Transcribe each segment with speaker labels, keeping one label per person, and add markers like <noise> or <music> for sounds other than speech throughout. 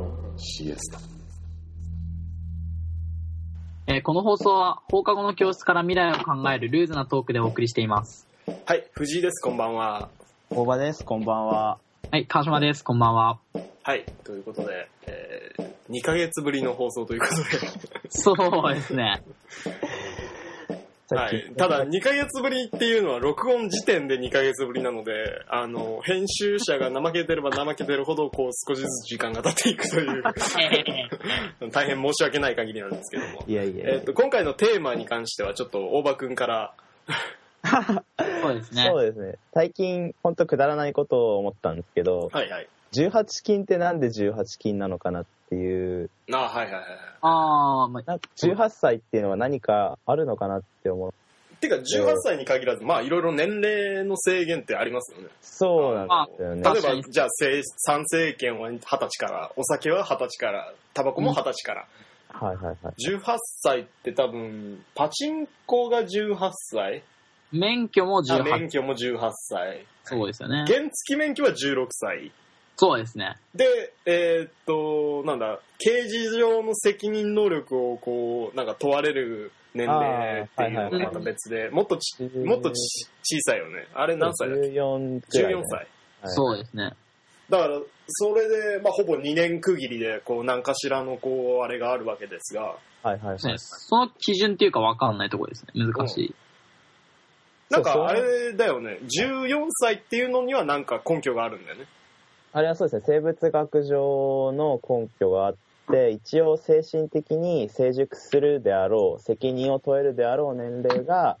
Speaker 1: ですえーこの放送は放課後の教室から未来を考えるルーズなトークでお送りしています
Speaker 2: はい、藤井です、こんばんは。
Speaker 3: 大場です、こんばんは。
Speaker 1: はい川島ですこんばんは
Speaker 2: はい、ということで、えー、2ヶ月ぶりの放送ということで、
Speaker 1: そうです
Speaker 2: <laughs>
Speaker 1: ね
Speaker 3: さっ
Speaker 2: は
Speaker 3: き
Speaker 2: い、ただ2ヶ月ぶりっていうのは録音時点で2ヶ月ぶりなので、あの、編集者が怠けてれば怠けてるほど、こう少しずつ時間が経っていくという、 <laughs> 大変申し訳ない限りなんですけども。
Speaker 3: いやいやいや
Speaker 2: えっ、と、今回のテーマに関しては、ちょっと大場くんから、
Speaker 1: そうですね
Speaker 3: そうですね。最近、ほんとくだらないことを思ったんですけど、
Speaker 2: はいはい。
Speaker 3: 18金ってなんで18金なのかなっていう、
Speaker 2: ああ、はいはいはい。
Speaker 1: ああ、まあ、
Speaker 3: なんか18歳っていうのは何かあるのかなって思う。
Speaker 2: てか、18歳に限らず、まあ、いろいろ年齢の制限ってありますよね。
Speaker 3: そうなんですよね。
Speaker 1: まあ
Speaker 2: 例え
Speaker 1: 確か
Speaker 2: ば、
Speaker 1: に
Speaker 2: じゃあ、せい参政権は二十歳から、お酒は二十歳から、タバコも二十歳から。
Speaker 3: はいはいはい。
Speaker 2: 18歳って多分、パチンコが18歳
Speaker 1: 免許も
Speaker 2: あ
Speaker 1: 18
Speaker 2: 免許も18歳。
Speaker 1: そうですよね
Speaker 2: 原付き免許は16歳。
Speaker 1: そうですね
Speaker 2: で、えーっと、なんだ、刑事上の責任能力をこう、なんか問われる年齢っていうのがまた別で、もっとち、もっとち小さいよね。あれ何歳だっけ
Speaker 3: ?14 くらい、
Speaker 2: ?14 歳。
Speaker 3: はい
Speaker 1: そうですね
Speaker 2: だから、それで、まあ、ほぼ2年区切りで、こう、何かしらの、こう、あれがあるわけですが、
Speaker 3: はいはいはい。
Speaker 1: ねその基準っていうか分かんないところですね難しい、
Speaker 2: なん
Speaker 3: そうそう
Speaker 2: か、あれだよね、14歳っていうのには、なんか根拠があるんだよね。
Speaker 3: あれはそうですね、生物学上の根拠があって、一応精神的に成熟するであろう、責任を問えるであろう年齢が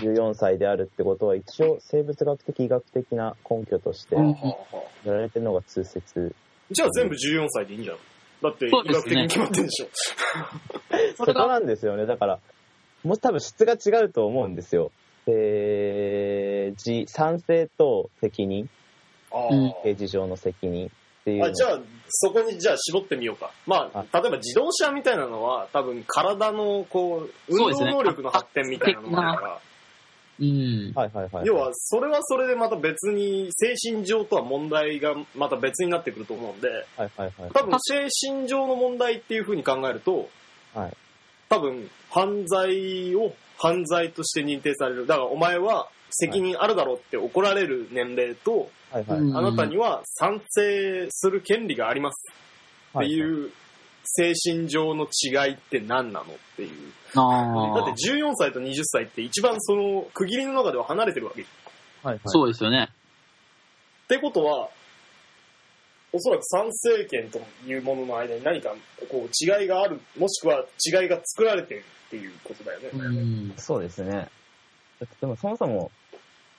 Speaker 3: 14歳であるってことは、一応生物学的医学的な根拠として
Speaker 1: う、ん
Speaker 3: やられてるのが通説。
Speaker 2: じゃあ、全部14歳でいいんじゃん。だって、医
Speaker 1: そうです
Speaker 2: 学
Speaker 1: ね
Speaker 2: 的に決まってるでしょ。
Speaker 3: そ
Speaker 1: そ
Speaker 3: こ
Speaker 1: れが
Speaker 3: なんですよね、だから、もう多分質が違うと思うんですよ。政治、賛成と責任、
Speaker 2: あ
Speaker 1: う
Speaker 3: 刑事上の責任っていうの
Speaker 2: あ。じゃあ、そこに、じゃあ、絞ってみようか。まあ、例えば自動車みたいなのは、多分、体の、こう、運
Speaker 1: そうで
Speaker 2: 動
Speaker 1: すね
Speaker 2: 能力の発展みたいなのもあるから、
Speaker 1: うん
Speaker 3: はいはいはい。
Speaker 2: 要は、それはそれでまた別に、精神上とは問題がまた別になってくると思うんで、
Speaker 3: はいはいはい。
Speaker 2: 多分精神上の問題っていうふうに考えると、
Speaker 3: はい
Speaker 2: 多分犯罪を犯罪として認定されるだからお前は責任あるだろうって怒られる年齢と、
Speaker 3: はいはい。
Speaker 1: うん
Speaker 2: あなたには賛成する権利がありますっていう精神上の違いって何なのっていう
Speaker 1: あ
Speaker 2: だ
Speaker 1: あ
Speaker 2: って14歳と20歳って一番その区切りの中では離れてるわけっ
Speaker 3: はいはい。
Speaker 1: そうですよね
Speaker 2: てことはおそらく賛成権というものの間に何かこう違いがあるもしくは違いが作られてるっていうことだよね、
Speaker 1: うん
Speaker 3: そうですね。でもそもそも、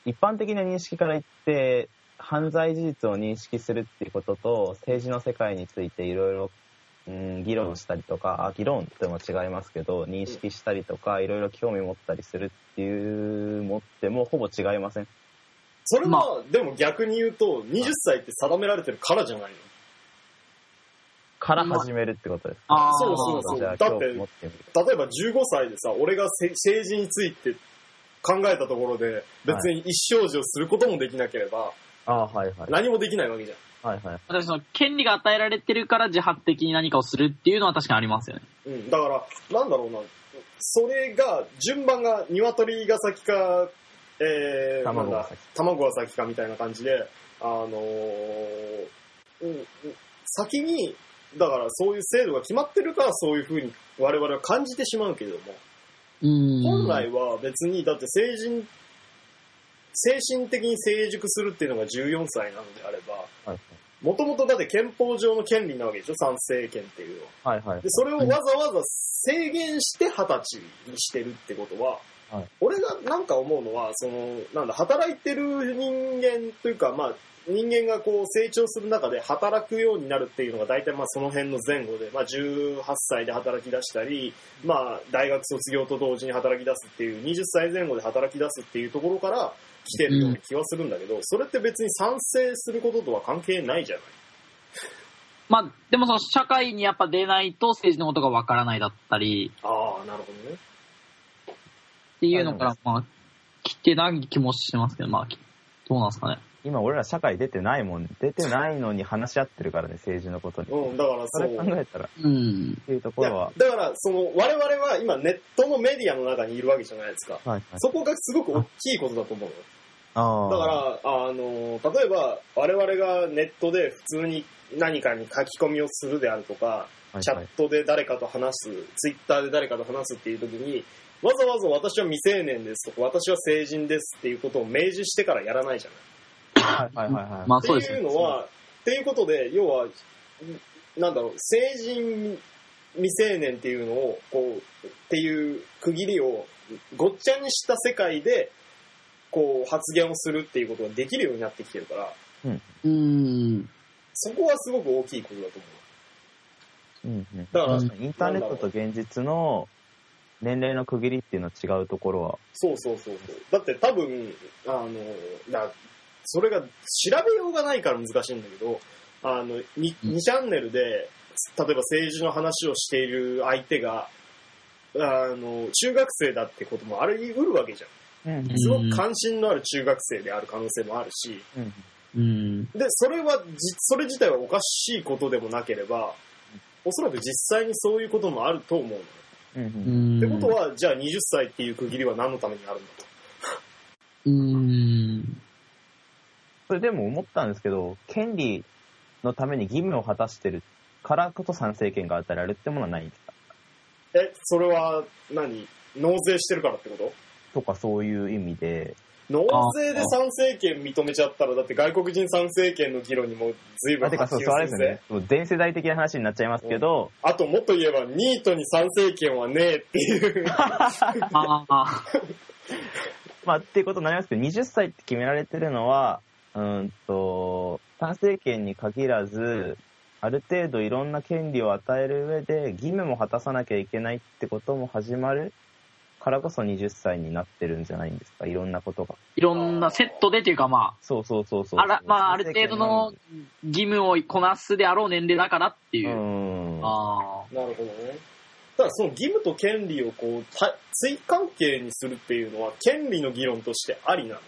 Speaker 3: 一般的な認識から言って、犯罪事実を認識するっていうことと、政治の世界についていろいろ、うん、議論したりとか、あ、議論っても違いますけど、認識したりとか、いろいろ興味持ったりするっていうのってもうほぼ違いません。
Speaker 2: それは、
Speaker 1: ま
Speaker 2: でも逆に言うと20歳って定められてるからじゃないの
Speaker 3: から始めるってことです。
Speaker 1: ああ
Speaker 2: そうそうそう
Speaker 3: じゃあ
Speaker 2: だ
Speaker 3: 今
Speaker 2: って
Speaker 3: 日持ってみる。
Speaker 2: 例えば15歳でさ俺がせ政治について考えたところで別に一生児をすることもできなければ、
Speaker 3: ああ、はいはい。
Speaker 2: 何もできないわけじゃん
Speaker 3: はいはい。
Speaker 1: 私その権利が与えられてるから自発的に何かをするっていうのは確かにありますよね。
Speaker 2: うん、だから、なんだろうな、それが、順番が、鶏が先か、えー、
Speaker 3: 卵
Speaker 2: な
Speaker 3: が
Speaker 2: んだ
Speaker 3: 先
Speaker 2: 卵が先かみたいな感じで、あのーうんうん、先に、だからそういう制度が決まってるからそういうふうに我々は感じてしまうけれども、
Speaker 1: うん
Speaker 2: 本来は別に、だって成人、精神的に成熟するっていうのが14歳なのであれば、
Speaker 3: はい
Speaker 2: もともとだって憲法上の権利なわけでしょ、賛成権っていうのは。
Speaker 3: はい。はいはい
Speaker 2: で、それをわざわざ制限して二十歳にしてるってことは、
Speaker 3: はい
Speaker 2: 俺がなんか思うのは、その、なんだ、働いてる人間というか、まあ、人間がこう成長する中で働くようになるっていうのが大体まあその辺の前後で、まあ18歳で働き出したり、まあ大学卒業と同時に働き出すっていう、20歳前後で働き出すっていうところから来てるような気はするんだけど、それって別に賛成することとは関係ないじゃない。
Speaker 1: まあ、でもその社会にやっぱ出ないと政治のことがわからないだったり
Speaker 2: ああ、なるほどね。
Speaker 1: っていうのから、まあ、来てない気もしますけど、まあ、どうなんですかね。
Speaker 3: 今俺ら社会出てないもん、出てないのに話し合ってるからね、政治のことに。
Speaker 2: うん、だから
Speaker 3: そ
Speaker 2: そ
Speaker 3: れ考
Speaker 2: う。
Speaker 3: えたら、っ
Speaker 1: うん。
Speaker 3: ていうと
Speaker 2: い
Speaker 3: ころ
Speaker 2: や
Speaker 3: は、
Speaker 2: だから、その、我々は今ネットのメディアの中にいるわけじゃないですか。
Speaker 3: はいはい。
Speaker 2: そこがすごく大きいことだと思うの。
Speaker 3: ああ。
Speaker 2: だから、あの、例えば、我々がネットで普通に何かに書き込みをするであるとか、チャ
Speaker 3: は
Speaker 2: ッ
Speaker 3: い
Speaker 2: トで誰かと話す、ツイッターで誰かと話すっていう時に、わざわざ私は未成年ですとか、私は成人ですっていうことを明示してからやらないじゃない。
Speaker 3: はいはいはいはい。
Speaker 1: まあ
Speaker 2: って
Speaker 1: そうです
Speaker 2: い
Speaker 1: ね
Speaker 2: うのは、っていうことで、要は、んなんだろう、成人、未成年っていうのを、こう、っていう区切りを、ごっちゃにした世界で、こう、発言をするっていうことができるようになってきてるから、
Speaker 1: うん。
Speaker 2: そこはすごく大きいことだと思
Speaker 3: うんうん
Speaker 2: だから
Speaker 3: 確かにインターネットと現実の年齢の区切りっていうのは違うところは、
Speaker 2: う。そうそうそうそう。だって多分、あの、だそれが調べようがないから難しいんだけど、あの、2,
Speaker 1: うん
Speaker 2: 2チャンネルで、例えば政治の話をしている相手が、あの、中学生だってこともあり得るわけじゃん。
Speaker 3: うん
Speaker 1: ん
Speaker 2: すごく関心のある中学生である可能性もあるし、
Speaker 3: うん
Speaker 1: うん。
Speaker 2: で、それはじ、それ自体はおかしいことでもなければ、おそらく実際にそういうこともあると思うの。
Speaker 3: うんうん
Speaker 1: うん。
Speaker 2: ってことは、じゃあ20歳っていう区切りは何のためにあるんだと。
Speaker 1: うん。
Speaker 3: それでも思ったんですけど、権利のために義務を果たしてるからこそ参政権が与えられるってものはないんですか
Speaker 2: え、それは何、納税してるからってこと
Speaker 3: とかそういう意味で、
Speaker 2: 納税で参政権認めちゃったら、だって外国人参政権の議論にも随分
Speaker 3: あてかそうそうあれですね、もう全世代的な話になっちゃいますけど、
Speaker 2: あともっと言えば、ニートに参政権はねえって
Speaker 3: <laughs>
Speaker 2: いう。
Speaker 1: ああ。
Speaker 3: まあっていうことになりますけど、20歳って決められてるのは、うーんと、参政権に限らず、ある程度いろんな権利を与える上で、義務も果たさなきゃいけないってことも始まるからこそ20歳になってるんじゃないんですか、いろんなことが。
Speaker 1: いろんなセットでというかま
Speaker 3: そうそうそうそう。
Speaker 1: あ、あら、まあある程度の義務をこなすであろう年齢だからっていうう。
Speaker 3: ん。
Speaker 1: ああ。
Speaker 2: なるほどね。ただその義務と権利をこう、た対関係にするっていうのは、権利の議論としてありな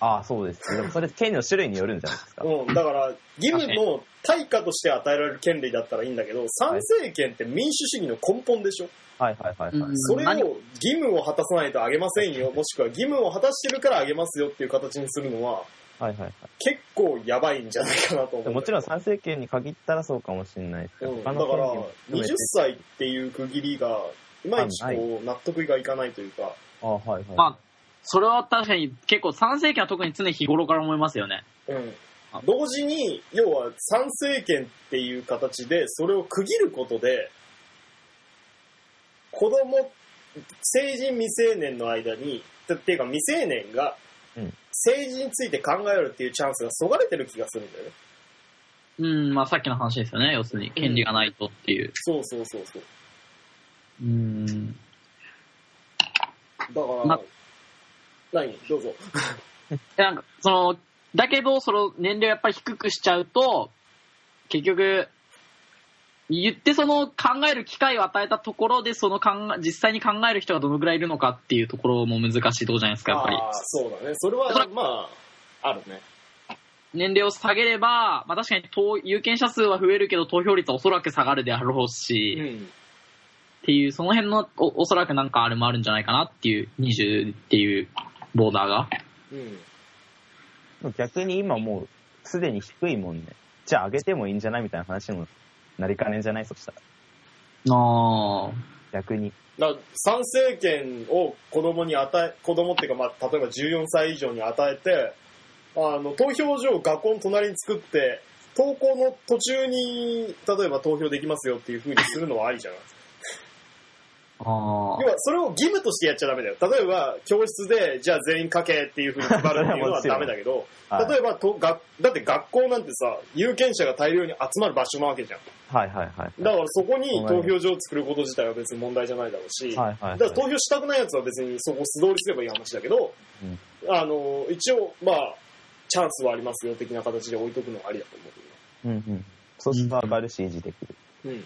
Speaker 3: ああ、そうです。でもそれ、権利の種類によるんじゃないですか。
Speaker 2: の。うん。だから、義務の対価として与えられる権利だったらいいんだけど、参政権って民主主義の根本でしょ
Speaker 3: はいはいはいはい。
Speaker 1: うん
Speaker 2: それ
Speaker 1: 何
Speaker 2: を義務を果たさないとあげませんよ、もしくは義務を果たしてるからあげますよっていう形にするのは、
Speaker 3: はいはいはい
Speaker 2: 結構やばいんじゃないかなと思
Speaker 3: で
Speaker 2: う。
Speaker 3: もちろん参政権に限ったらそうかもしれないですけど、
Speaker 2: うん、だ
Speaker 3: 他
Speaker 2: か
Speaker 3: の権利
Speaker 2: ら
Speaker 3: も、含めて
Speaker 2: 20歳っていう区切りが、いまいちこう、納得がいかないというか、
Speaker 3: ああ、はいはい。
Speaker 1: まあ、それは確かに結構参政権は特に常日頃から思いますよね。
Speaker 2: うん。同時に、要は参政権っていう形で、それを区切ることで、子供、成人未成年の間に、てっていうか未成年が
Speaker 3: うん、
Speaker 2: 政治について考えるっていうチャンスがそがれてる気がするんだよね。
Speaker 1: うん、まあさっきの話ですよね。要するに権利がないとっていう。
Speaker 2: そうそうそうそう。
Speaker 1: うん。
Speaker 2: だから、
Speaker 1: ま
Speaker 2: 何どうぞ。
Speaker 1: なんか、その、だけど、その、年齢をやっぱり低くしちゃうと、結局、言ってその考える機会を与えたところで、その考え、実際に考える人がどのぐらいいるのかっていうところも難しいとこじゃないですか、やっぱり。
Speaker 2: ああ、そうだね。それは
Speaker 1: だから、
Speaker 2: まあ、あるね。
Speaker 1: 年齢を下げれば、まあ確かに投有権者数は増えるけど、投票率はおそらく下がるであろうし、っ
Speaker 2: ん。
Speaker 1: ていう、その辺のお、おそらくなんかあれもあるんじゃないかなっていう、20っていうボーダーが。
Speaker 2: うん。
Speaker 3: 逆に今もうすでに低いもんね。じゃあ上げてもいいんじゃないみたいな話にもなりかねんじゃないそしたら。
Speaker 1: ああ。
Speaker 3: 逆に。
Speaker 2: だから参政権を子供に与え、子供っていうか、まあ、例えば14歳以上に与えて、あの、投票所を学校の隣に作って、登校の途中に、例えば投票できますよっていう風にするのはありじゃない
Speaker 1: ああ
Speaker 2: 要。は、それを義務としてやっちゃダメだよ。例えば、教室で、じゃあ全員書けっていう風に配るっていうのは
Speaker 3: もちろ
Speaker 2: ダ
Speaker 3: ん
Speaker 2: メだけど、
Speaker 3: はい、
Speaker 2: 例えばとが、だって学校なんてさ、有権者が大量に集まる場所なわけじゃん。
Speaker 3: はいはいはい。
Speaker 2: だからそこに投票所を作ること自体は別に問題じゃないだろうし、
Speaker 3: はいはい、
Speaker 2: だから投票したくないやつは別にそこ素通りすればいい話だけど、
Speaker 3: うん
Speaker 2: あの、一応、まあ、チャンスはありますよ的な形で置いとくのはありだと思う
Speaker 3: うんうん。そうすれば上がるし維持できる。
Speaker 2: けどね。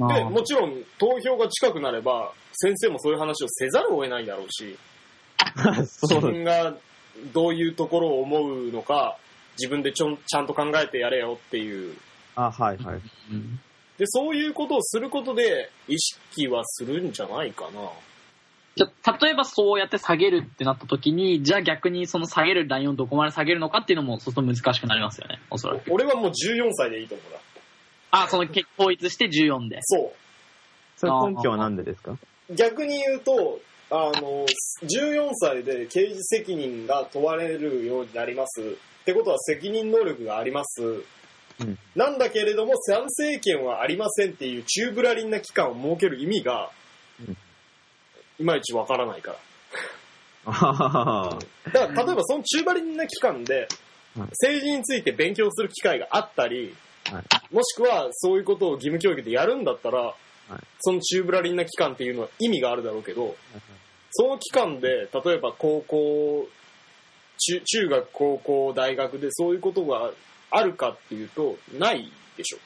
Speaker 1: あ
Speaker 2: で、
Speaker 1: あ
Speaker 2: もちろん投票が近くなれば、先生もそういう話をせざるを得ないだろうし、
Speaker 3: そ
Speaker 2: 自
Speaker 3: う。
Speaker 2: 分がどういうところを思うのか、自分でちょんちゃんと考えてやれよっていう。
Speaker 3: あ、はいはい。
Speaker 1: うん
Speaker 2: で、そういうことをすることで、意識はするんじゃないかな。
Speaker 1: じゃあ例えばそうやって下げるってなった時に、じゃあ逆にその下げるラインをどこまで下げるのかっていうのも、そうすると難しくなりますよね、おそらく。
Speaker 2: 俺はもう14歳でいいと思うな。
Speaker 1: あ、その結統一して14で。
Speaker 2: そう。
Speaker 3: それ根拠は何でですか
Speaker 2: 逆に言うと、あの、14歳で刑事責任が問われるようになります。ってことは責任能力があります。
Speaker 3: ん
Speaker 2: なんだけれども、参政権はありませんっていう宙ぶらりんな期間を設ける意味が、
Speaker 3: うん
Speaker 2: いまいちわからないから。
Speaker 3: あははは
Speaker 2: だから、例えばその中張りな期間で
Speaker 3: うん、
Speaker 2: 政治について勉強する機会があったり、
Speaker 3: は
Speaker 2: もしくはそういうことを義務教育でやるんだったら、
Speaker 3: い
Speaker 2: その中ぶらりんな期間っていうのは意味があるだろうけど、その期間で、例えば高校、中中学、高校、大学でそういうことがあるかっていうと、ないでしょ。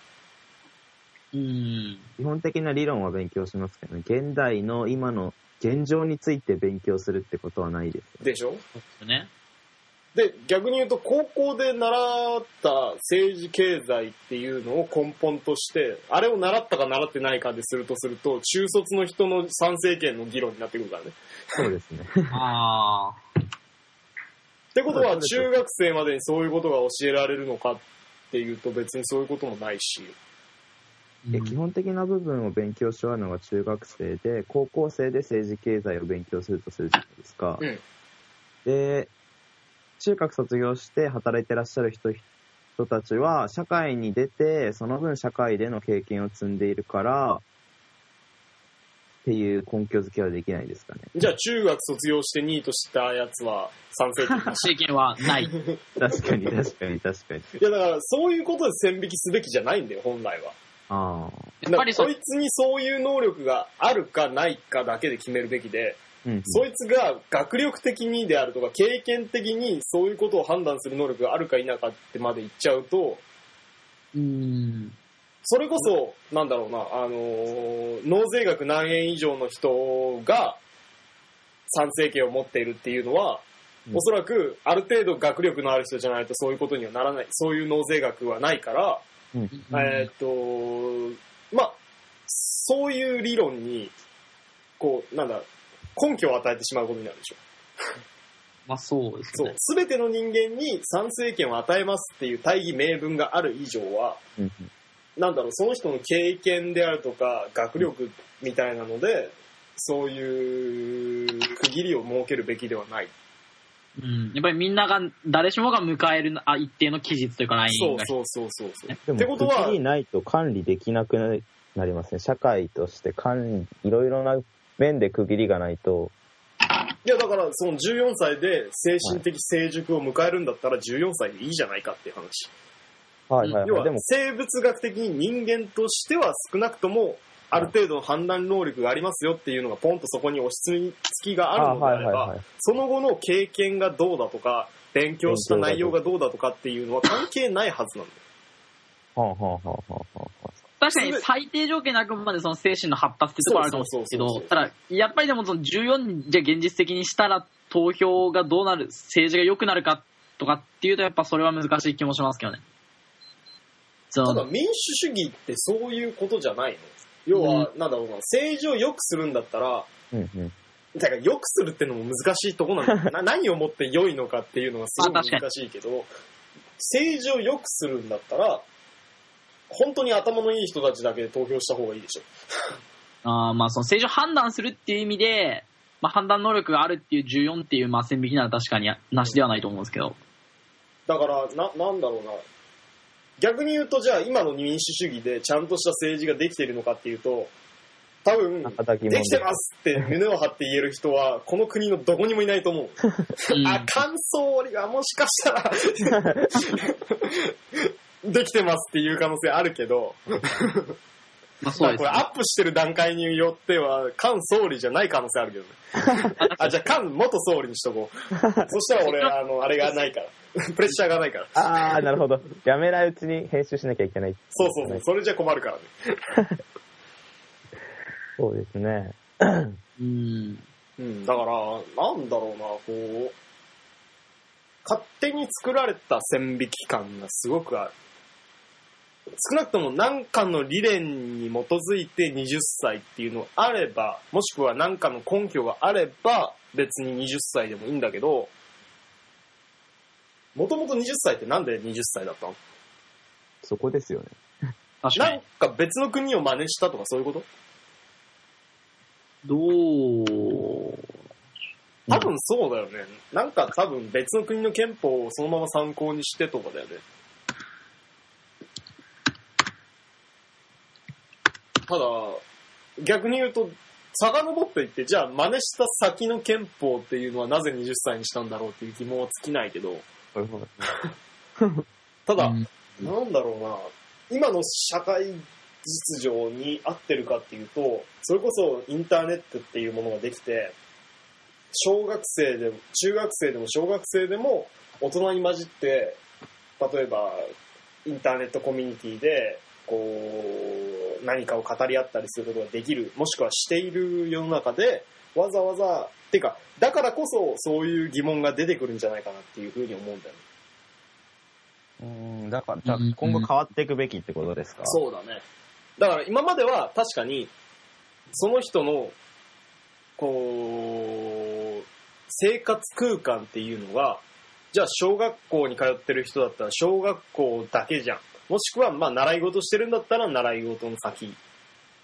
Speaker 1: うん。
Speaker 3: 基本的な理論は勉強しますけどね、現代の今の現状について勉強するってことはないです。
Speaker 2: でしょ
Speaker 1: そうですよね。
Speaker 2: で、逆に言うと、高校で習った政治経済っていうのを根本として、あれを習ったか習ってないかでするとすると、中卒の人の参政権の議論になってくるからね。
Speaker 3: そうですね。
Speaker 1: ああ。
Speaker 2: ってこと
Speaker 3: う
Speaker 2: は、
Speaker 3: ん
Speaker 2: 中学生までにそういうことが教えられるのかっていうと、別にそういうこともないし。
Speaker 3: で基本的な部分を勉強しようのが中学生で、高校生で政治経済を勉強するとするじゃないですか。
Speaker 2: うん
Speaker 3: で、中学卒業して働いてらっしゃる人人たちは、社会に出て、その分社会での経験を積んでいるから、っていう根拠づけはできないですかね。
Speaker 2: じゃあ、中学卒業して2位としたやつは参政権だし。
Speaker 1: 政権は
Speaker 2: <laughs>
Speaker 1: ない。
Speaker 3: 確かに確かに確かに。
Speaker 2: いや、だから、そういうことで線引きすべきじゃないんだよ、本来は。
Speaker 3: ああ。
Speaker 1: やっぱりそ
Speaker 2: だからこいつにそういう能力があるかないかだけで決めるべきで、
Speaker 3: うんうん。
Speaker 2: そいつが学力的にであるとか、経験的にそういうことを判断する能力があるか否かってまで言っちゃうと、
Speaker 1: うん。
Speaker 2: それこそ、なんだろうな、あのー納税額何円以上の人が参政権を持っているっていうのは、
Speaker 3: うん
Speaker 2: おそらくある程度学力のある人じゃないとそういうことにはならない、そういう納税額はないから、えーっと、まあ、そういう理論に、こう、なんだ、根拠を与えてしまうことになるでしょ。
Speaker 1: まあそうです
Speaker 2: そう
Speaker 1: ね。。
Speaker 2: すべての人間に参政権を与えますっていう大義名分がある以上は、
Speaker 3: うんうん
Speaker 2: なんだろう、その人の経験であるとか、学力みたいなので、そういう区切りを設けるべきではない。
Speaker 1: うん。やっぱりみんなが、誰しもが迎えるあ一定の期日というかライ
Speaker 2: そ
Speaker 1: ン
Speaker 2: う
Speaker 1: が。
Speaker 2: そうそうそうそう。
Speaker 3: で
Speaker 2: ってこと
Speaker 3: も、
Speaker 2: は
Speaker 3: 区切りないと管理できなくなりなりますね。社会として管理、いろいろな面で区切りがないと、
Speaker 2: いや、だから、その14歳で精神的成熟を迎えるんだったら14歳でいいじゃないかっていう話。
Speaker 3: はいはい
Speaker 2: 要
Speaker 3: は。
Speaker 2: はい
Speaker 3: でも、
Speaker 2: 生物学的に人間としては少なくともある程度の判断能力がありますよっていうのがポンとそこに押し付きがあるのであれば、
Speaker 3: い。
Speaker 2: その後の経験がどうだとか勉強した内容がどうだとかっていうのは関係ないはずなんだよ
Speaker 3: はあはあはあはあはあ。
Speaker 1: 確かに最低条件にあくまでその精神の発達ってところあると思うんですけ
Speaker 2: そうそ
Speaker 1: ど、
Speaker 2: うそうそう
Speaker 1: ただ、やっぱりでもその14じゃ現実的にしたら投票がどうなる、政治が良くなるかとかっていうと、やっぱそれは難しい気もしますけどね。そ
Speaker 2: ただ
Speaker 1: の
Speaker 2: 民主主義ってそういうことじゃないの要は、なんだろうな、政治を良くするんだったら、
Speaker 3: うんうん。
Speaker 2: だから良くするってのも難しいとこなん
Speaker 1: <laughs>
Speaker 2: だよな何をもって良いのかっていうのがすごく
Speaker 1: まあ確かに
Speaker 2: 難しいけど、政治を良くするんだったら、本当に頭のいい人たちだけで投票した方がいいでしょ。
Speaker 1: あーまあその政治を判断するっていう意味で、まあ、判断能力があるっていう14っていうまあ線引きなら確かになしではないと思うんですけど。
Speaker 2: だから、な、なんだろうな。逆に言うと、じゃあ今の民主主義でちゃんとした政治ができているのかっていうと、多分、
Speaker 3: 中田疑問
Speaker 2: できてますって胸を張って言える人は、この国のどこにもいないと思う。
Speaker 1: うん
Speaker 2: <laughs> あ、感想折りはもしかしたら、できてますっていう可能性あるけど、
Speaker 1: まあ、そうで
Speaker 2: こ
Speaker 1: す
Speaker 2: れ
Speaker 1: ね。
Speaker 2: アップしてる段階によっては、菅総理じゃない可能性あるけどね。あ、じゃあ菅元総理にしとこう。そしたら俺、あの、あれがないから。プレッシャーがないから。
Speaker 3: ああ、なるほど。やめないうちに編集しなきゃいけない。
Speaker 2: そうそうそう。それじゃ困るからね。
Speaker 3: そうですね。
Speaker 1: うん。
Speaker 2: うん。だから、なんだろうな、こう、勝手に作られた線引き感がすごくある。少なくとも何かの理念に基づいて20歳っていうのがあれば、もしくは何かの根拠があれば別に20歳でもいいんだけど、もともと20歳ってなんで20歳だったの
Speaker 4: そこですよね。
Speaker 1: 確か
Speaker 2: な
Speaker 1: に
Speaker 2: ん。か別の国を真似したとかそういうこと
Speaker 1: どう
Speaker 2: 多分そうだよね。なんか多分別の国の憲法をそのまま参考にしてとかだよね。ただ、逆に言うと、遡っていって、じゃあ真似した先の憲法っていうのはなぜ20歳にしたんだろうっていう疑問は尽きないけど、ただ、
Speaker 1: うん
Speaker 2: なんだろうな、今の社会実情に合ってるかっていうと、それこそインターネットっていうものができて、小学生でも、中学生でも小学生でも大人に混じって、例えばインターネットコミュニティで、こう、何かを語り合ったりすることができる、もしくはしている世の中で、わざわざ、っていうか、だからこそそういう疑問が出てくるんじゃないかなっていうふうに思うんだよね。
Speaker 3: うん、だから、じゃあ
Speaker 1: うん
Speaker 3: 今後変わっていくべきってことですかう。
Speaker 2: そうだね。だから今までは確かに、その人の、こう、生活空間っていうのが、じゃあ小学校に通ってる人だったら小学校だけじゃん。もしくは、まあ、習い事してるんだったら習い事の先。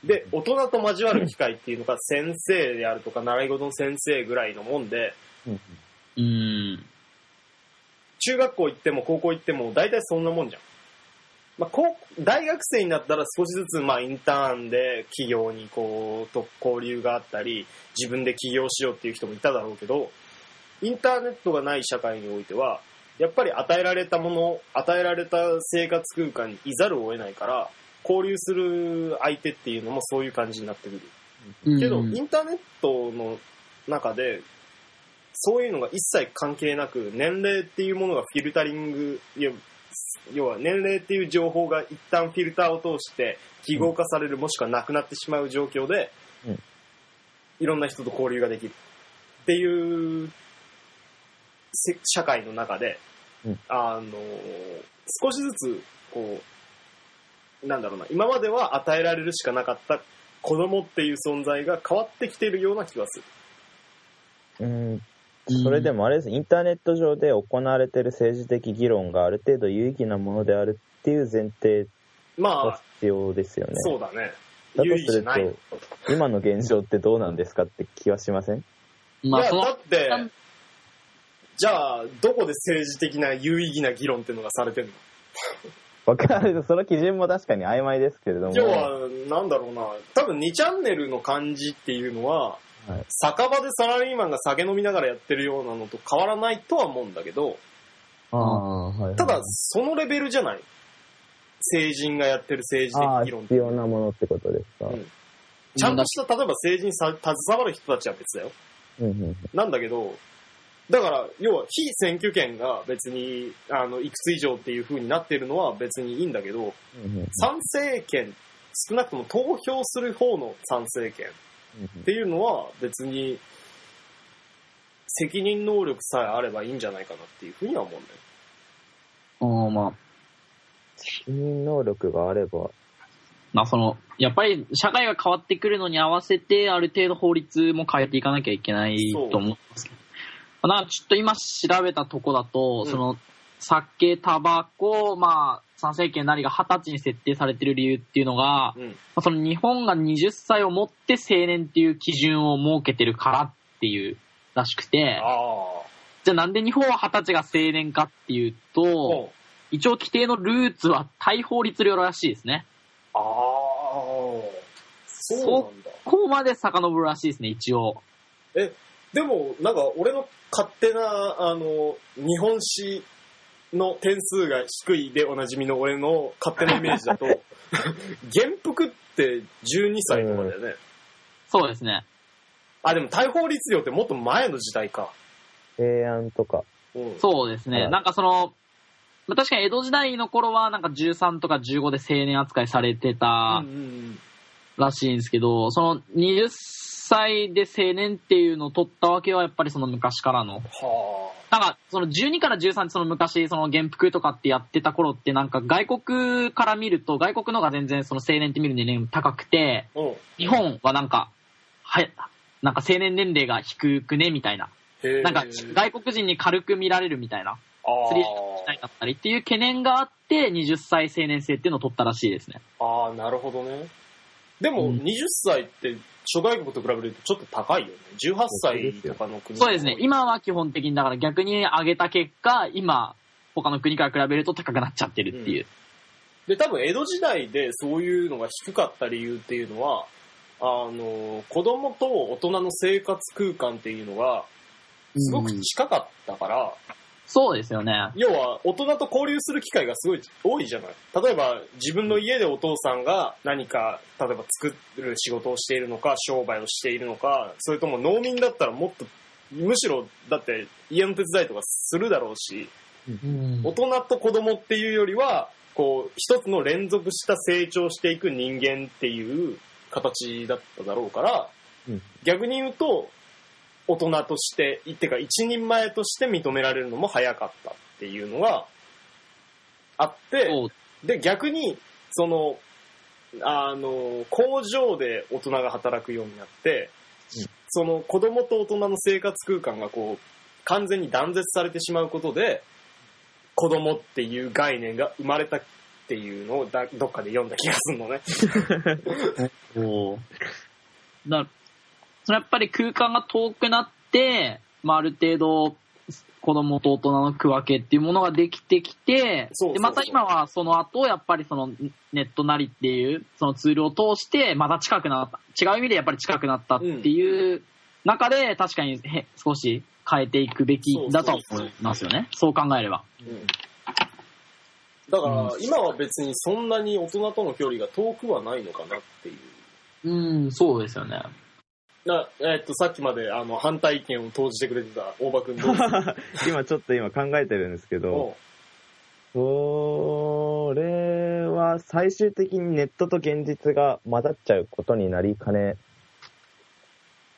Speaker 2: で、大人と交わる機会っていうのが先生であるとか、習い事の先生ぐらいのもんで、
Speaker 3: うん
Speaker 1: うん。
Speaker 2: 中学校行っても高校行っても大体そんなもんじゃん。まあ、高大学生になったら少しずつまあインターンで企業にこうと交流があったり自分で起業しようっていう人もいただろうけどインターネットがない社会においてはやっぱり与えられたもの与えられた生活空間にいざるを得ないから交流する相手っていうのもそういう感じになってくる。
Speaker 1: うん
Speaker 2: けど、インターネットの中で、そういうのが一切関係なく、年齢っていうものがフィルタリング、いや要は年齢っていう情報が一旦フィルターを通して記号化される、もしくはなくなってしまう状況で、
Speaker 3: うん
Speaker 2: いろんな人と交流ができるっていうせ社会の中で、
Speaker 3: うん
Speaker 2: あの、少しずつ、こう、なんだろうな、今までは与えられるしかなかった子供っていう存在が変わってきているような気がする。
Speaker 3: うん、それでもあれです、インターネット上で行われている政治的議論がある程度有意義なものであるっていう前提
Speaker 2: ま
Speaker 3: が
Speaker 2: あ、
Speaker 3: 必要ですよね。
Speaker 2: そうだね。
Speaker 3: だ
Speaker 2: 有
Speaker 3: と
Speaker 2: 意義
Speaker 3: す
Speaker 2: じゃ
Speaker 3: る
Speaker 2: ない。い
Speaker 3: と、今の現状ってどうなんですかって気はしません
Speaker 1: まあ、
Speaker 2: や、
Speaker 1: その
Speaker 2: だって、じゃあ、どこで政治的な有意義な議論っていうのがされてるの
Speaker 3: わかる、その基準も確かに曖昧ですけれども。
Speaker 2: 要は、なんだろうな、多分2チャンネルの感じっていうのは、
Speaker 3: はい
Speaker 2: 酒場でサラリーマンが酒飲みながらやってるようなのと変わらないとは思うんだけど、
Speaker 3: ああ、はいはい。
Speaker 2: ただ、そのレベルじゃない。成人がやってる政治
Speaker 3: ああ、
Speaker 2: 的議論って
Speaker 3: 必要なものってことですか。
Speaker 2: うんちゃんとした、例えば政治にさ携わる人たちは別だよ。
Speaker 3: うんうん
Speaker 2: なんだけど、だから、要は非選挙権が別に、あの、いくつ以上っていう風になっているのは別にいいんだけど、
Speaker 3: うんうん
Speaker 2: 賛成権、少なくとも投票する方の賛成権っていうのは別に、責任能力さえあればいいんじゃないかなっていうふうには思うんだよ。
Speaker 1: うんまあ、
Speaker 3: 責任能力があれば、
Speaker 1: まあその、やっぱり社会が変わってくるのに合わせて、ある程度法律も変えていかなきゃいけない
Speaker 2: そう
Speaker 1: と思うんですけど。まあなんかちょっと今調べたとこだと、
Speaker 2: うん
Speaker 1: その、酒、タバコ、まあ、参政権なりが20歳に設定されてる理由っていうのが、
Speaker 2: うん。
Speaker 1: まあその日本が20歳をもって成年っていう基準を設けてるからっていうらしくて、
Speaker 2: あ
Speaker 1: じゃあなんで日本は20歳が成年かっていう
Speaker 2: あ。
Speaker 1: と、
Speaker 2: うん。
Speaker 1: 一応規定のルーツは大法律令らしいですね。
Speaker 2: ああ。そうなんだ。
Speaker 1: ここまで遡るらしいですね、一応。
Speaker 2: でも、なんか、俺の勝手な、あの、日本史の点数が低いでおなじみの俺の勝手なイメージ
Speaker 1: <laughs>
Speaker 2: だと、元服って12歳とかだよね。
Speaker 1: そうですね。
Speaker 2: あ、でも大法律令ってもっと前の時代か。
Speaker 3: 提案とか。
Speaker 2: うん。
Speaker 1: そうですね。
Speaker 3: はい
Speaker 1: なんかその、まあ確かに江戸時代の頃はなんか13とか15で成年扱いされて
Speaker 2: うんう
Speaker 1: た
Speaker 2: んうん
Speaker 1: らしいんですけど、その20歳で青年っていうのを取ったわけは、やっぱりその昔からの。
Speaker 2: は
Speaker 1: なんか、その12から13ってその昔、その元服とかってやってた頃って、なんか外国から見ると、外国のが全然その青年って見る年齢高くて、
Speaker 2: あ。うん。
Speaker 1: 日本はなんか、はい、なんか青年年齢が低くね、みたいな。
Speaker 2: へー
Speaker 1: なんか、外国人に軽く見られるみたいな。
Speaker 2: あ
Speaker 1: スリーみたい
Speaker 2: ー
Speaker 1: になったりっていう懸念があって、20歳青年制っていうのを取ったらしいですね。
Speaker 2: あー、なるほどね。でも、
Speaker 1: うん
Speaker 2: 20歳って、諸外国と比べるとちょっと高いよね。18歳とかの国
Speaker 1: そうですね。今は基本的に、だから逆に上げた結果、今、他の国から比べると高くなっちゃってるっていう。
Speaker 2: で、多分江戸時代でそういうのが低かった理由っていうのは、あの、子供と大人の生活空間っていうのが、すごく近かったから、
Speaker 1: そうですよね。
Speaker 2: 要は大人と交流する機会がすごい多いじゃない例えば自分の家でお父さんが何か例えば作る仕事をしているのか商売をしているのかそれとも農民だったらもっとむしろだって家の手伝いとかするだろうし大人と子供っていうよりはこう一つの連続した成長していく人間っていう形だっただろうから、
Speaker 3: うん
Speaker 2: 逆に言うと大人としていてか一人前として認められるのも早かったっていうのがあって
Speaker 1: そう
Speaker 2: で逆にそのあの工場で大人が働くようになって、
Speaker 3: うん
Speaker 2: その子供と大人の生活空間がこう完全に断絶されてしまうことで子供っていう概念が生まれたっていうのをだどっかで読んだ気がするのね。
Speaker 1: だそれやっぱり空間が遠くなって、まあ、ある程度子供と大人の区分けっていうものができてきて
Speaker 2: そうそうそう
Speaker 1: でまた今はその後やっぱりそのネットなりっていうそのツールを通してまた近くなった違う意味でやっぱり近くなったっていう中で確かにへ少し変えていくべきだとは思いますよねそう考えれば
Speaker 2: だから今は別にそんなに大人との距離が遠くはないのかなっていう。
Speaker 1: うんそうですよね
Speaker 2: なえっと、さっきまであの反対意見を投じてくれてた大場君どうですか
Speaker 3: 今ちょっと今考えてるんですけど、 <laughs>
Speaker 2: おう
Speaker 3: それは最終的にネットと現実が混ざっちゃうことになりかね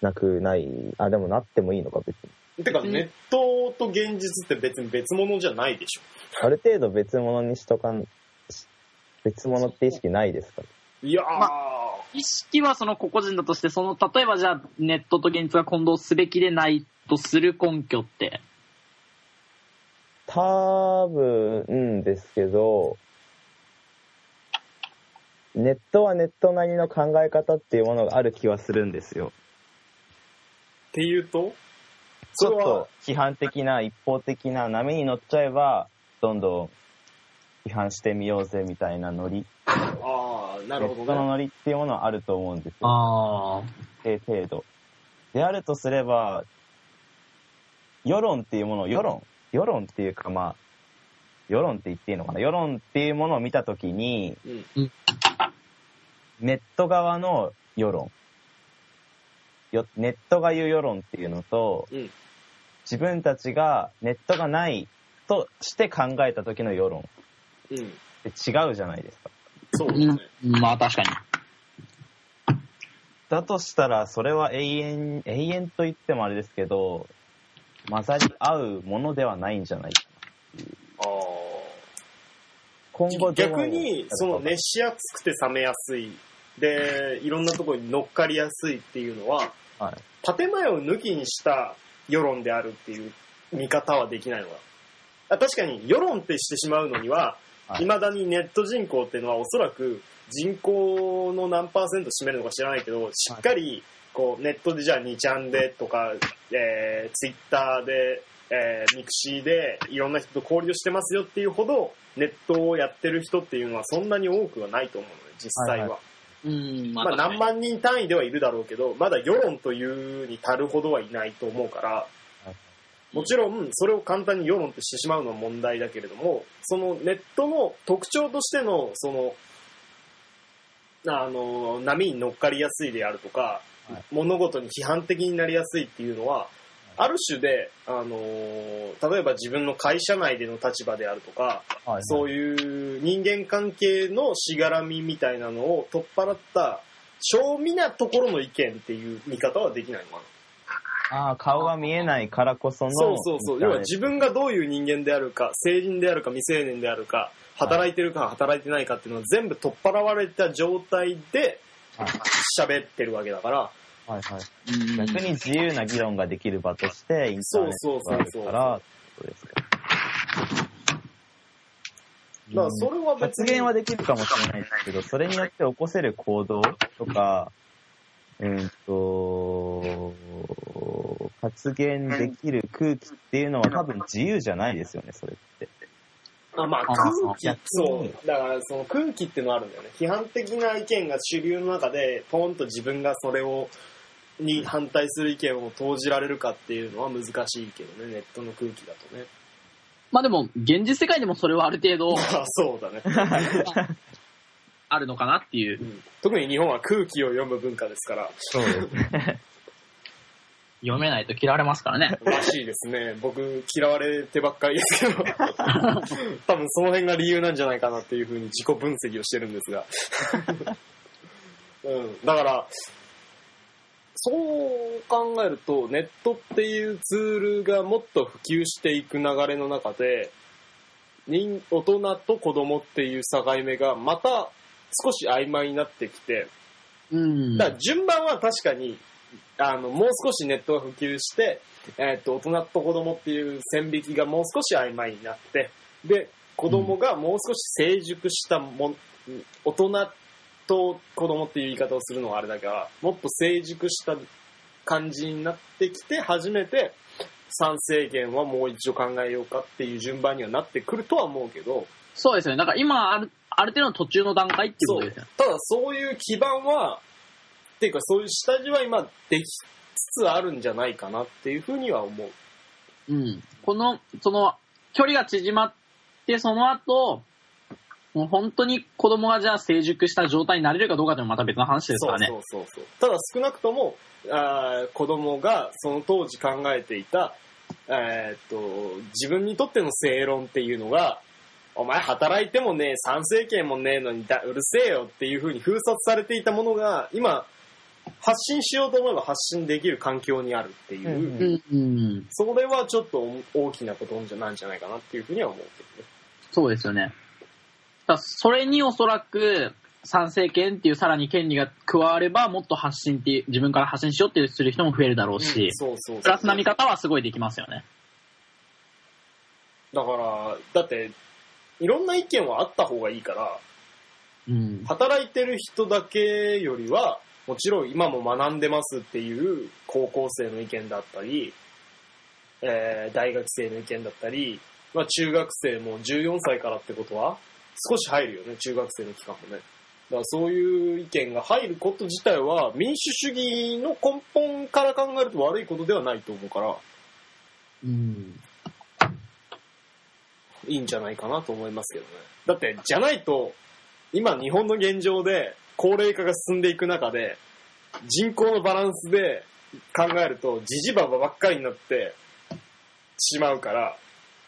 Speaker 3: なくない。あ、でもなってもいいのか別に。
Speaker 2: てか
Speaker 1: うん
Speaker 2: ネットと現実って別に別物じゃないでしょ。
Speaker 3: ある程度別物にしとかん、し別物って意識ないですか
Speaker 2: いやー、
Speaker 1: ま意識はその個々人だとして、その、例えばじゃあ、ネットと現実が混同すべきでないとする根拠って。
Speaker 3: 多分ですけど、ネットはネットなりの考え方っていうものがある気はするんですよ。
Speaker 2: っていうと
Speaker 3: ち
Speaker 2: そ
Speaker 3: ょ
Speaker 2: れ
Speaker 3: っ
Speaker 2: は
Speaker 3: と批判的な一方的な波に乗っちゃえば、どんどん批判してみようぜみたいなノリ、
Speaker 2: ああなる
Speaker 3: ネ
Speaker 2: ほど
Speaker 3: ットの
Speaker 2: ね。
Speaker 3: ノリっていうものはあると思うんですよ。
Speaker 1: ああ。
Speaker 3: 一定程度。であるとすれば、世論っていうものを、世論世論っていうかまあ、世論って言っていいのかな世論っていうものを見たときに、
Speaker 2: うん
Speaker 3: ネット側の世論よ。ネットが言う世論っていうのと、
Speaker 2: うん
Speaker 3: 自分たちがネットがないとして考えた時の世論
Speaker 2: うん、
Speaker 3: って違うじゃないですか。
Speaker 2: そうですね。
Speaker 1: まあ確かに。
Speaker 3: だとしたら、それは永遠、永遠と言ってもあれですけど、混ざり合うものではないんじゃないかな。
Speaker 2: あ
Speaker 3: 今後
Speaker 2: ー
Speaker 3: どう
Speaker 2: 逆にその熱しやすくて冷めやすいでいろんなところに乗っかりやすいっていうのは
Speaker 3: はい、
Speaker 2: 建前を抜きにした世論であるっていう見方はできないのかあ確かに世論ってしてしまうのには
Speaker 3: はい
Speaker 2: いまだにネット人口っていうのはおそらく人口の何パーセント占めるのか知らないけどしっかりこうネットでじゃあ2ちゃんでとか、えー、ツイッターで、えーミクシーでいろんな人と交流してますよっていうほどネットをやってる人っていうのはそんなに多くはないと思うので実際は。
Speaker 3: はいは
Speaker 1: うん、ま
Speaker 2: まあ、何万人単位ではいるだろうけど、まだ世論というに足るほどはいないと思うから
Speaker 3: はい、
Speaker 2: もちろんそれを簡単に世論としてしまうのは問題だけれども、そのネットの特徴としての、その、あの、波に乗っかりやすいであるとか、
Speaker 3: はい
Speaker 2: 物事に批判的になりやすいっていうのは、ある種で、あの例えば自分の会社内での立場であるとか、
Speaker 3: はいはい
Speaker 2: そういう人間関係のしがらみみたいなのを取っ払った正味なところの意見っていう見方はできないのかな。
Speaker 4: ああ、顔が見えないからこその。
Speaker 2: そうそうそう。要は自分がどういう人間であるか、成人であるか未成年であるか、働いてるか働いてないかっていうのは全部取っ払われた状態で
Speaker 4: はい
Speaker 2: 喋ってるわけだから、
Speaker 4: はいはい。
Speaker 1: うん
Speaker 4: 逆に自由な議論ができる場として、インターネットがあるから、そうですか。
Speaker 2: だからそれは別に
Speaker 4: 発言はできるかもしれないですけど、それによって起こせる行動とか、うんと、発言できる空気っていうのは多分自由じゃないですよね、それって。
Speaker 2: あまあ
Speaker 1: あ
Speaker 2: 空気
Speaker 4: あ、
Speaker 2: そ
Speaker 4: 逆
Speaker 2: う
Speaker 4: に。
Speaker 2: だからその空気っていうのはあるんだよね。批判的な意見が主流の中で、ポンと自分がそれを、に反対する意見を投じられるかっていうのは難しいけどね、ネットの空気だとね。
Speaker 1: まあでも、現実世界でもそれはある程 <laughs> 度
Speaker 2: あそうだね。
Speaker 1: あるのかなっていう
Speaker 2: う。ん特に日本は空気を読む文化ですから、
Speaker 4: そうですね。
Speaker 1: 読めないと嫌われますからね。
Speaker 2: らしいですね。僕、嫌われてばっかりですけど、多分その辺が理由なんじゃないかなっていうふうに自己分析をしてるんですが。 <laughs> うん、だから、そう考えると、ネットっていうツールがもっと普及していく流れの中で、人大人と子供っていう境目がまた少し曖昧になってきて、
Speaker 1: うん。
Speaker 2: だから順番は確かに、あの、もう少しネットが普及して、えっ、と、大人と子供っていう線引きがもう少し曖昧になって、で、子供がもう少し成熟したもん、大人と子供っていう言い方をするのはあれだから、もっと成熟した感じになってきて、初めて賛成権はもう一度考えようかっていう順番にはなってくるとは思うけど、
Speaker 1: そうですよね。だから今ある、ある程度の途中の段階っていうことですよね。
Speaker 2: ただそういう基盤は、っていうかそういう下地は今できつつあるんじゃないかなっていうふうには思う。
Speaker 1: うん。この、その、距離が縮まって、その後、もう本当に子供がじゃあ成熟した状態になれるかどうかっていうのはまた別の話ですからね。
Speaker 2: そうそうそうそう。ただ少なくとも、あー子供がその当時考えていた、えーっと、自分にとっての正論っていうのが、お前働いてもねえ、参政権もねえのにだ、うるせえよっていうふうに封殺されていたものが、今、発信しようと思えば発信できる環境にあるっていう、
Speaker 4: うんうん
Speaker 1: うん、うん。
Speaker 2: それはちょっと大きなことなんじゃないかなっていうふうには思うけどね。
Speaker 1: そうですよね。だからそれにおそらく、賛成権っていうさらに権利が加われば、もっと発信っていう、自分から発信しようってする人も増えるだろうし、
Speaker 2: そうそうそう
Speaker 1: プラスな見方はすごいできますよね。
Speaker 2: だから、だって、いろんな意見はあった方がいいから、
Speaker 1: うん。
Speaker 2: 働いてる人だけよりは、もちろん今も学んでますっていう高校生の意見だったり、えー大学生の意見だったり、まあ中学生も14歳からってことは、少し入るよね、中学生の期間もね。だからそういう意見が入ること自体は民主主義の根本から考えると悪いことではないと思うから、
Speaker 1: うん。
Speaker 2: いいんじゃないかなと思いますけどね。だって、じゃないと、今日本の現状で高齢化が進んでいく中で、人口のバランスで考えると、じじばばばっかりになってしまうから、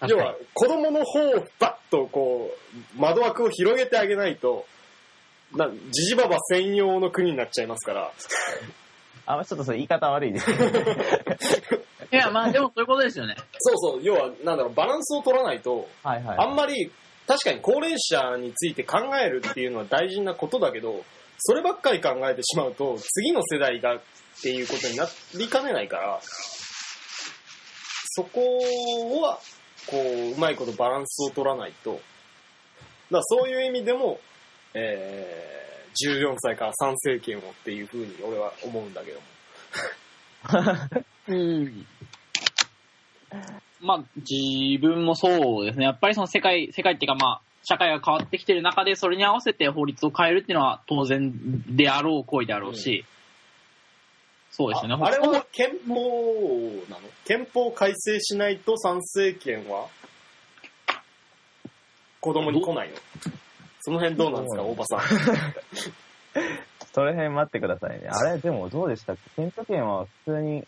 Speaker 2: 要は子供の方をバッとこう、窓枠を広げてあげないと、なじじばば専用の国になっちゃいますから、
Speaker 4: あ、ちょっとそれ言い方悪いですね。
Speaker 1: いや、まあでもそういうことですよね。
Speaker 2: そうそう、要は、なんだろう、バランスを取らないと、
Speaker 4: はいはい。
Speaker 2: あんまり、確かに高齢者について考えるっていうのは大事なことだけど、そればっかり考えてしまうと、次の世代がっていうことになりかねないから、そこは、こう、うまいことバランスを取らないと。だからそういう意味でも、えー、14歳から参政権をっていうふうに俺は思うんだけども。
Speaker 1: うん。まあ、自分もそうですね。やっぱりその世界、世界っていうかまあ、社会が変わってきてる中で、それに合わせて法律を変えるっていうのは当然であろう行為であろうし、そうですよね。
Speaker 2: ああれは憲法なの憲法改正しないと参政権は子供に来ないのその辺どうなんですか、
Speaker 4: ど
Speaker 2: 大
Speaker 4: う
Speaker 2: 場さん。 <laughs>
Speaker 4: それ辺待ってくださいね。あれ、でもどうでしたっけ選挙権は普通に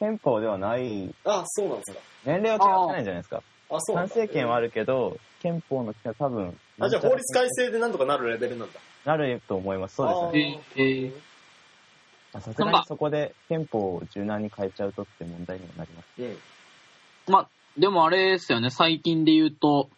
Speaker 4: 憲法ではない、
Speaker 2: あ、そうなんですか。
Speaker 4: 年齢は違ってないんじゃないですか。
Speaker 2: あ、そうな
Speaker 4: 賛
Speaker 2: んだ
Speaker 4: 成権はあるけど、憲法の規定は多分、
Speaker 2: あ、じゃあ法律改正でなんとかなるレベルなんだ。
Speaker 4: なると思います。そうです
Speaker 1: ね
Speaker 2: あー
Speaker 1: えー
Speaker 3: まあさすがにそこで憲法を柔軟に変えちゃうとって問題にもなります。
Speaker 2: うん。
Speaker 1: まあ、でもあれですよね、最近で言うと、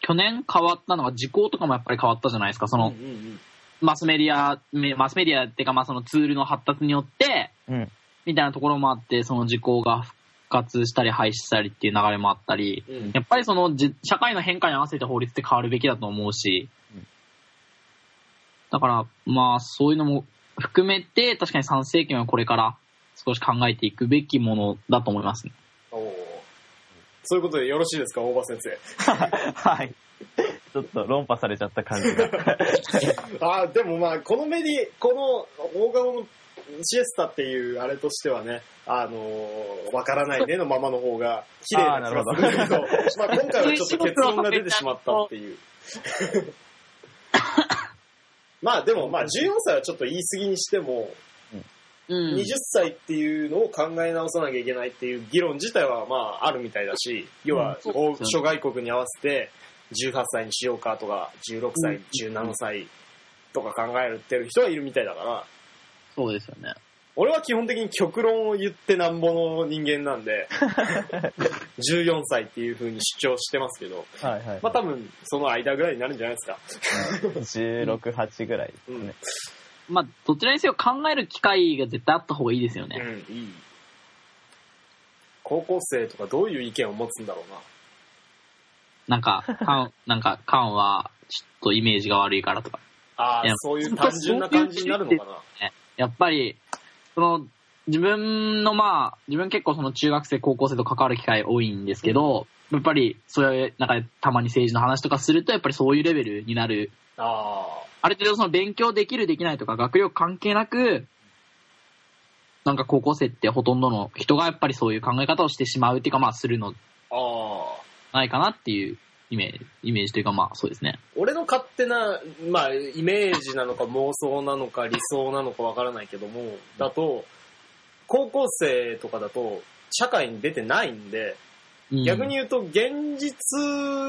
Speaker 1: 去年変わったのが、時効とかもやっぱり変わったじゃないですか、その、
Speaker 2: うんうん
Speaker 1: マスメディア、めマスメディアっていうか、まあそのツールの発達によって、
Speaker 3: うん
Speaker 1: みたいなところもあって、その時効が復活したり廃止したりっていう流れもあったり、
Speaker 2: うんうん。
Speaker 1: やっぱりそのじ社会の変化に合わせて法律って変わるべきだと思うし
Speaker 3: うん、
Speaker 1: だから、まあそういうのも含めて、確かに参政権はこれから少し考えていくべきものだと思いますね。
Speaker 2: おーそういうことでよろしいですか、大場先生。
Speaker 3: はい。 <laughs> ちょっと論破されちゃった感じが。
Speaker 2: あーでもまあこのメディこの大顔のシエスタっていうあれとしてはねあのーわからないねのままの方が綺麗な気がするんだけどまあ今回はちょっと結論が出てしまったって <laughs> いうまあでもまあ14歳はちょっと言い過ぎにしても
Speaker 1: うん
Speaker 2: 20歳っていうのを考え直さなきゃいけないっていう議論自体はまああるみたいだし要は
Speaker 1: うん
Speaker 2: 欧諸外国に合わせて18歳にしようかとか16歳17歳とか考えてる人はいるみたいだから
Speaker 1: そうですよね。
Speaker 2: 俺は基本的に極論を言ってなんぼの人間なん
Speaker 1: <laughs>
Speaker 2: で14歳っていう風に主張してますけど
Speaker 3: <laughs> はいはい。
Speaker 2: まあ多分その間ぐらいになるんじゃないですか
Speaker 3: 16、8ぐらいですね。
Speaker 1: まあ、どちらにせよ考える機会が絶対あった方がいいですよね。
Speaker 2: うんいい高校生とかどういう意見を持つんだろうな
Speaker 1: なんか、カン、なんか、カンは、ちょっとイメージが悪いからとか。
Speaker 2: あ
Speaker 1: い
Speaker 2: あ
Speaker 1: や
Speaker 2: そういう単純な感じになるのかな
Speaker 1: やっぱり、その、自分のまあ、自分結構その中学生、高校生と関わる機会多いんですけど、やっぱり、そういう、なんか、たまに政治の話とかすると、やっぱりそういうレベルになる。
Speaker 2: ああ
Speaker 1: ある程度その勉強できるできないとか、学力関係なく、なんか高校生ってほとんどの人がやっぱりそういう考え方をしてしまうっていうか、まあ、するの
Speaker 2: ああ
Speaker 1: ないかなっていうイメージ、イメージというかまあそうですね。
Speaker 2: 俺の勝手な、まあ、イメージなのか妄想なのか理想なのかわからないけども、だと、高校生とかだと、社会に出てないんで、
Speaker 1: うん
Speaker 2: 逆に言うと、現実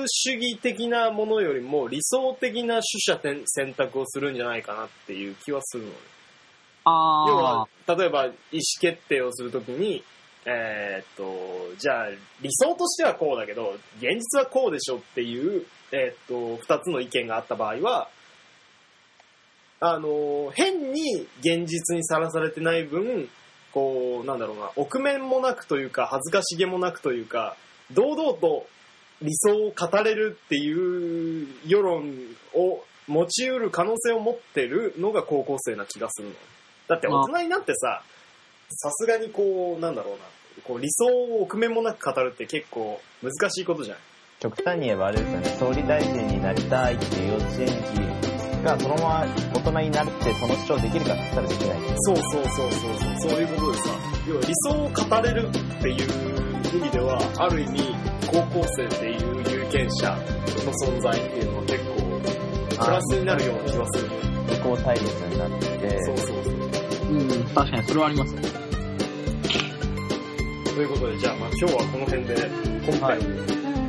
Speaker 2: 主義的なものよりも理想的な取捨選選択をするんじゃないかなっていう気はするのね。要
Speaker 1: あ
Speaker 2: は、例えば意思決定をするときに、えーっと、じゃあ、理想としてはこうだけど、現実はこうでしょっていう、えーっと、二つの意見があった場合は、あの、変に現実にさらされてない分、こう、なんだろうな、臆面もなくというか、恥ずかしげもなくというか、堂々と理想を語れるっていう世論を持ち得る可能性を持ってるのが高校生な気がするの。だって大人になってさ、さすがにこう、なんだろうな、こう理想を臆面もなく語るって結構難しいことじゃん。
Speaker 3: 極端に言えばあれですよね、総理大臣になりたいっていう幼稚園児がそのまま大人になってその主張できるかって言ったらできない。
Speaker 2: そうそうそうそうそう、そういうことでさ、要は理想を語れるっていう意味では、ある意味、高校生っていう有権者の存在っていうのは結構、プラスになるような気がする。
Speaker 3: 自公対立になってて、
Speaker 2: そうそうそう。
Speaker 1: あ、うん、確かにそれはありますね。
Speaker 2: ということで、じゃあ、まあ、今日はこの辺で、今回、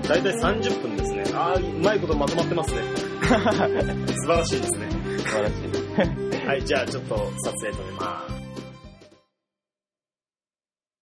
Speaker 2: だいたい30分ですね。ああ、うまいことまとまってますね。素晴らしいですね。
Speaker 3: 素晴らしい。
Speaker 2: はい、じゃあ、ちょっと撮影止めます。